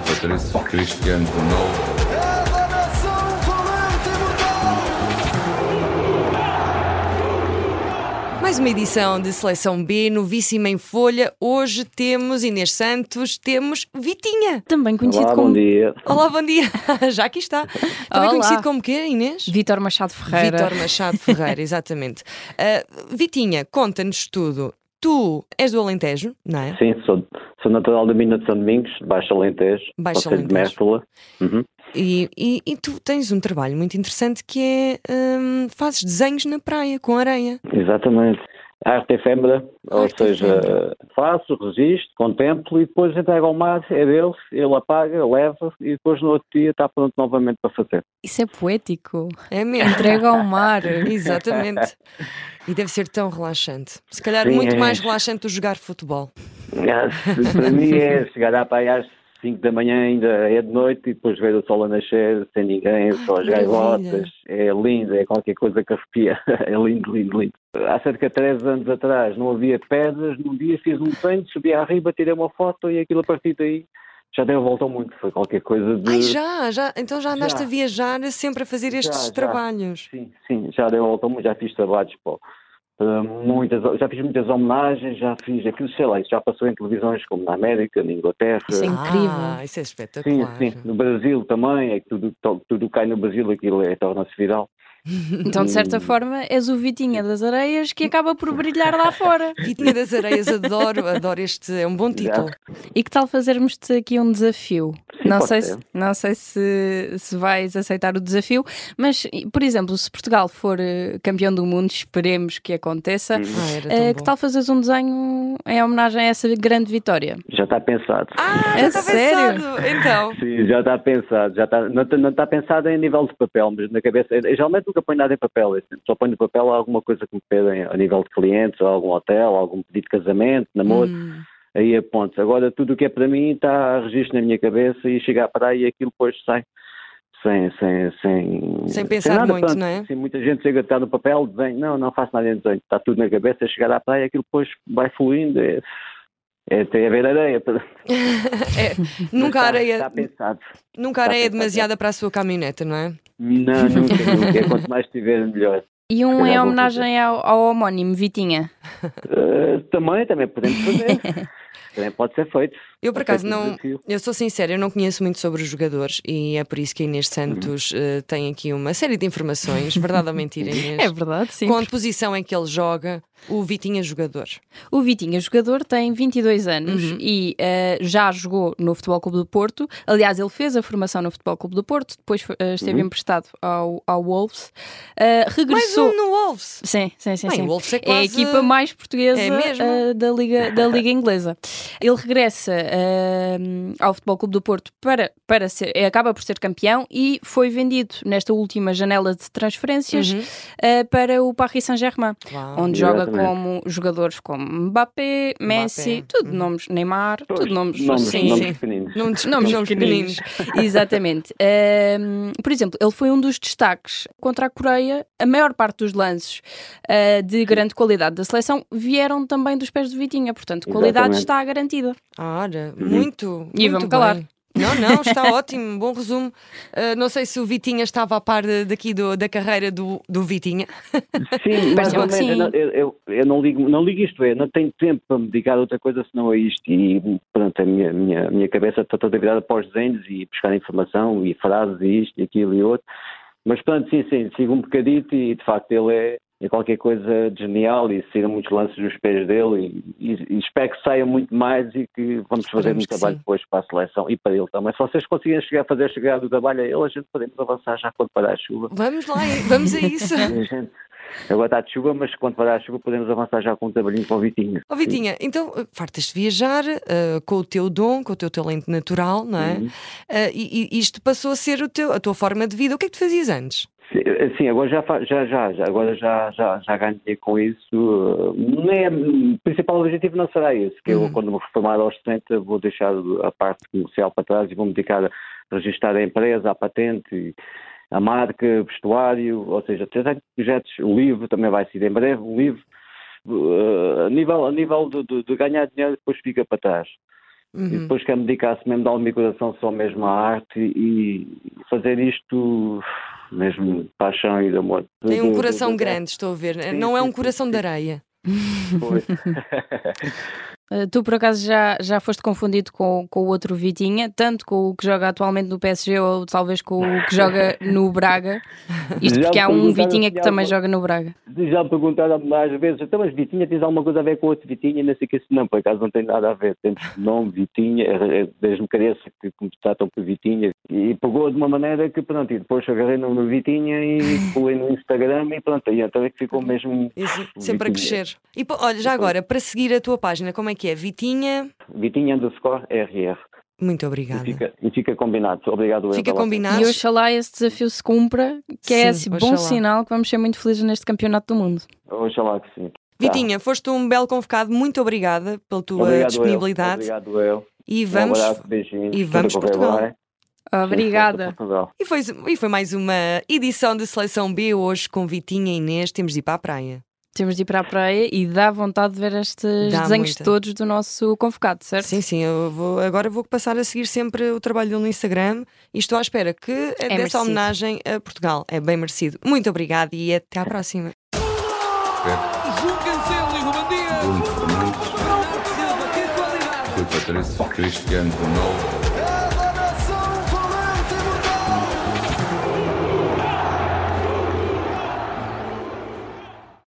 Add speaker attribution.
Speaker 1: Patrice Cristiano Ronaldo.
Speaker 2: Mais uma edição de Seleção B, novíssima em folha. Hoje temos Inês Santos, temos Vitinha.
Speaker 3: Também conhecido
Speaker 4: Olá, bom
Speaker 3: como
Speaker 4: dia.
Speaker 2: Olá, bom dia. Já aqui está. Também
Speaker 3: Olá.
Speaker 2: conhecido como quê, Inês?
Speaker 3: Vítor Machado Ferreira.
Speaker 2: Vitor Machado Ferreira, exatamente. Ah, Vitinha, conta-nos tudo. Tu és do Alentejo, não é?
Speaker 4: Sim, sou, sou natural da mina de São Domingos, de Baixo Alentejo,
Speaker 2: Baixo
Speaker 4: Concelho de
Speaker 2: Alentejo.
Speaker 4: Mértola. Uhum.
Speaker 2: E, e- e tu tens um trabalho muito interessante que é hum, fazes desenhos na praia com areia.
Speaker 4: Exatamente. Arte efêmera, ou
Speaker 2: Arte
Speaker 4: seja,
Speaker 2: efêmera.
Speaker 4: faço, registro, contemplo e depois entrego ao mar, é dele, ele apaga, leva e depois no outro dia está pronto novamente para fazer.
Speaker 3: Isso é poético.
Speaker 2: É mesmo.
Speaker 3: Entrega ao mar.
Speaker 2: Exatamente. E deve ser tão relaxante. Se calhar
Speaker 4: Sim,
Speaker 2: muito
Speaker 4: é.
Speaker 2: mais relaxante do jogar futebol.
Speaker 4: Para mim é chegar à praia às 5 da manhã, ainda é de noite, e depois ver o sol a nascer sem ninguém, só as
Speaker 2: que maravilha.
Speaker 4: gaivotas. É lindo, é qualquer coisa que arrepia. É lindo, lindo, lindo. Há cerca de 3 anos atrás não havia pedras, num dia fiz um tanto, subi arriba, tirei uma foto e aquilo a partir daí já deu a volta ao mundo. Foi qualquer coisa de.
Speaker 2: Ai, já, já. Então já andaste
Speaker 4: Já.
Speaker 2: a viajar sempre a fazer estes
Speaker 4: já.
Speaker 2: trabalhos.
Speaker 4: Sim, sim, já deu a volta ao mundo, já fiz trabalhos pô, para muitas, já fiz muitas homenagens, já fiz aquilo, sei lá, isso já passou em televisões como na América, na Inglaterra.
Speaker 3: Isso é incrível.
Speaker 2: Ah, isso é
Speaker 4: Sim,
Speaker 2: espetacular.
Speaker 4: sim. No Brasil também, é que tudo, to- tudo cai no Brasil, aquilo é, torna-se viral.
Speaker 3: Então, de
Speaker 4: Hum.
Speaker 3: certa forma, és o Vitinha das Areias que acaba por brilhar lá fora.
Speaker 2: Vitinha das Areias, adoro, adoro este. É um bom título.
Speaker 3: E que tal fazermos-te aqui um desafio?
Speaker 4: Sim,
Speaker 3: não,
Speaker 4: pode
Speaker 3: sei
Speaker 4: ser.
Speaker 3: se, não sei se, se vais aceitar o desafio, mas, e, por exemplo, se Portugal for eh, campeão do mundo, esperemos que aconteça,
Speaker 4: Hum.
Speaker 2: Ah, era tão
Speaker 3: eh,
Speaker 2: bom.
Speaker 3: que tal fazeres um desenho em homenagem a essa grande vitória?
Speaker 4: Já está pensado.
Speaker 2: Ah,
Speaker 3: É
Speaker 2: já está
Speaker 3: sério?
Speaker 2: pensado. Então.
Speaker 4: Sim, já está pensado. Já está, não está não está pensado em nível de papel, mas na cabeça. Eu, geralmente nunca ponho nada em papel. eu sempre Só ponho no papel alguma coisa que me pedem a nível de clientes, ou algum hotel, algum pedido de casamento, namoro.
Speaker 2: Hum.
Speaker 4: Aí aponto. Agora tudo o que é para mim está a registro na minha cabeça e chega à praia e aquilo depois sai. Sem, sem, sem,
Speaker 2: Sem pensar
Speaker 4: nada,
Speaker 2: muito,
Speaker 4: pronto.
Speaker 2: não é?
Speaker 4: Sim, muita gente chega a estar no papel, desenho. Não, não faço nada em desenho. Está tudo na cabeça, chegar à praia, aquilo depois vai fluindo. É, é, tem a ver areia.
Speaker 2: É, nunca a
Speaker 4: Está-
Speaker 2: areia,
Speaker 4: Está pensado.
Speaker 2: nunca a areia é
Speaker 4: está tá pensado.
Speaker 2: demasiada para a sua caminhoneta, não é?
Speaker 4: Não, nunca, nunca. É Quanto mais tiver, melhor.
Speaker 3: E um
Speaker 4: calhar
Speaker 3: em
Speaker 4: vou
Speaker 3: homenagem ao, ao homónimo, Vitinha.
Speaker 4: Eh, também, também podemos fazer. também pode ser feito.
Speaker 2: Eu, por acaso,
Speaker 4: Aceito o
Speaker 2: não.
Speaker 4: desafio.
Speaker 2: Eu sou sincera, eu não conheço muito sobre os jogadores e é por isso que a
Speaker 4: Uhum.
Speaker 2: Inês Santos eh, tem aqui uma série de informações, verdade ou mentira, Inês?
Speaker 3: É verdade, sim.
Speaker 2: Com a posição em que ele joga, o Vitinha jogador.
Speaker 3: O Vitinha, jogador, tem 22
Speaker 2: Uhum.
Speaker 3: anos e eh, já jogou no Futebol Clube do Porto. Aliás, ele fez a formação no Futebol Clube do Porto, depois eh, esteve
Speaker 2: Uhum.
Speaker 3: emprestado ao, ao Wolves. Eh,
Speaker 2: Mais
Speaker 3: regressou.
Speaker 2: um no Wolves!
Speaker 3: Sim, sim, sim.
Speaker 2: Bem,
Speaker 3: sim.
Speaker 2: o Wolves é
Speaker 3: É a
Speaker 2: quase-
Speaker 3: equipa mais portuguesa
Speaker 2: É mesmo?
Speaker 3: eh, da, Liga, da Liga Inglesa. Ele regressa eh, ao Futebol Clube do Porto para, para ser, eh, acaba por ser campeão e foi vendido nesta última janela de transferências
Speaker 2: Uhum.
Speaker 3: eh, para o Paris Saint-Germain
Speaker 2: Uau.
Speaker 3: onde joga
Speaker 4: Exatamente.
Speaker 3: como jogadores como Mbappé, Messi, tudo
Speaker 2: Uhum.
Speaker 3: nomes, Neymar, tudo nomes,
Speaker 4: nomes,
Speaker 3: sim,
Speaker 4: nomes
Speaker 2: sim.
Speaker 4: pequeninos.
Speaker 2: Não des-
Speaker 3: Nomes
Speaker 2: nomes pequeninos.
Speaker 3: Exatamente. Ahm, por exemplo, ele foi um dos destaques contra a Coreia. A maior parte dos lances ah, de grande qualidade da seleção vieram também dos pés do Vitinha, portanto, qualidade
Speaker 4: Exatamente.
Speaker 3: está garantida.
Speaker 2: Ora, muito.
Speaker 3: Uhum. E
Speaker 2: muito
Speaker 3: vamos calar.
Speaker 2: bem. Não, não, está ótimo, bom resumo. Ah, não sei se o Vitinha estava a par de- daqui do- da carreira do, do Vitinha.
Speaker 4: Sim, mais
Speaker 3: Pareceu
Speaker 4: ou
Speaker 3: que
Speaker 4: menos. Eu, não-
Speaker 3: sim.
Speaker 4: eu, eu- eu não, ligo, não ligo isto, é, não tenho tempo para me dedicar a outra coisa senão a isto. E pronto, a minha, minha, minha cabeça está toda virada para os desenhos e buscar informação e frases e isto e aquilo e outro. Mas pronto, sim, sim, sigo um bocadito e de facto ele é, é qualquer coisa de genial e saíram muitos lances dos pés dele e, e- e espero que saia muito mais e que vamos fazer
Speaker 2: Esperemos
Speaker 4: muito
Speaker 2: que
Speaker 4: trabalho
Speaker 2: sim.
Speaker 4: depois para a seleção e para ele também. Se vocês conseguirem chegar, fazer chegar do trabalho a ele, a gente podemos avançar já quando parar a chuva.
Speaker 2: Vamos lá, vamos a isso.
Speaker 4: Sim, gente. Agora está de chuva, mas quando parar a chuva podemos avançar já com um trabalhinho para o Vitinho.
Speaker 2: Ó Vitinha, então eh, fartas de viajar eh, com o teu dom, com o teu talento natural, não
Speaker 3: Uhum.
Speaker 2: é? Eh, e, e isto passou a ser o teu, a tua forma de vida. O que é que tu fazias antes?
Speaker 4: Sim, Sim, agora já, fa- já, já, já- agora já, já, já ganhei com isso. uh, Nem, o principal objetivo não será esse, que eu quando me reformar aos 70 vou deixar a parte comercial para trás e vou me dedicar a registrar a empresa, a patente, a marca, vestuário, ou seja, já tenho projetos, o livro também vai ser em breve, eh, o livro, uh, a nível, a nível de, de- de ganhar dinheiro depois fica para trás.
Speaker 2: Uhum.
Speaker 4: E depois quero me dedicar-se mesmo, dar uma coração só mesmo à arte e fazer isto mesmo de paixão e de amor.
Speaker 3: Uhum,
Speaker 2: Tem um coração grande, estou a ver.
Speaker 4: Sim,
Speaker 2: Não é
Speaker 4: sim,
Speaker 2: um
Speaker 4: sim,
Speaker 2: coração de areia.
Speaker 4: Pois.
Speaker 3: Uh, Tu, por acaso, já, já foste confundido com, com o outro Vitinha, tanto com o que joga atualmente no PSG ou talvez com o que joga no Braga. Isto
Speaker 4: Já
Speaker 3: porque há
Speaker 4: me
Speaker 3: um
Speaker 4: perguntaram
Speaker 3: Vitinha
Speaker 4: se
Speaker 3: que
Speaker 4: há
Speaker 3: também
Speaker 4: alguma-
Speaker 3: joga no Braga.
Speaker 4: Já me perguntaram mais vezes, então mas Vitinha tens alguma coisa a ver com outro Vitinha? Não sei o que isso não, por acaso não tem nada a ver. Temos nome, Vitinha, é, é desde criança que me tratam por Vitinha. E pegou de uma maneira que pronto, e depois agarrei no no Vitinha e pulei no Instagram e pronto, e então é que ficou mesmo
Speaker 2: Isso, sempre a
Speaker 4: Ah, Vitinha. Então,
Speaker 2: crescer. E pô, olha, já agora, para seguir a tua página, como é que é? Vitinha,
Speaker 4: Vitinha underscore RR.
Speaker 2: muito
Speaker 4: E
Speaker 2: obrigada.
Speaker 4: fica, e fica combinado. Obrigado, eu,
Speaker 2: Fica
Speaker 4: pela-
Speaker 2: combinado.
Speaker 3: E oxalá esse desafio se cumpra, que é
Speaker 2: Sim,
Speaker 3: esse bom
Speaker 2: oxalá.
Speaker 3: sinal que vamos ser muito felizes neste campeonato do mundo.
Speaker 4: Oxalá que sim.
Speaker 2: Vitinha, foste um belo convocado, muito obrigada pela tua
Speaker 4: Tá. Obrigado, eu.
Speaker 2: disponibilidade.
Speaker 4: Obrigado, eu.
Speaker 2: E vamos.
Speaker 4: Um abraço, beijinhos.
Speaker 2: e
Speaker 4: Tudo
Speaker 2: vamos
Speaker 4: correr
Speaker 2: Portugal.
Speaker 4: bem. é?
Speaker 3: Obrigada.
Speaker 4: Portugal.
Speaker 2: E foi, e foi mais uma edição de Seleção B hoje com Vitinha e Inês. Temos de ir para a praia.
Speaker 3: Temos de ir para a praia e dá vontade de ver estes
Speaker 2: Dá
Speaker 3: desenhos
Speaker 2: muita.
Speaker 3: todos do nosso convocado, certo?
Speaker 2: Sim, sim, eu vou, agora vou passar a seguir sempre o trabalho dele no Instagram e estou à espera que é dessa
Speaker 3: merecido.
Speaker 2: homenagem a Portugal. É bem merecido. Muito obrigada e até
Speaker 4: É.
Speaker 2: à próxima.
Speaker 5: João Cancelo e Ruben Dias.
Speaker 1: Bruno Fernandes,
Speaker 5: Bernardo Silva, que qualidade.
Speaker 1: Rui Patrício, Cristiano Ronaldo,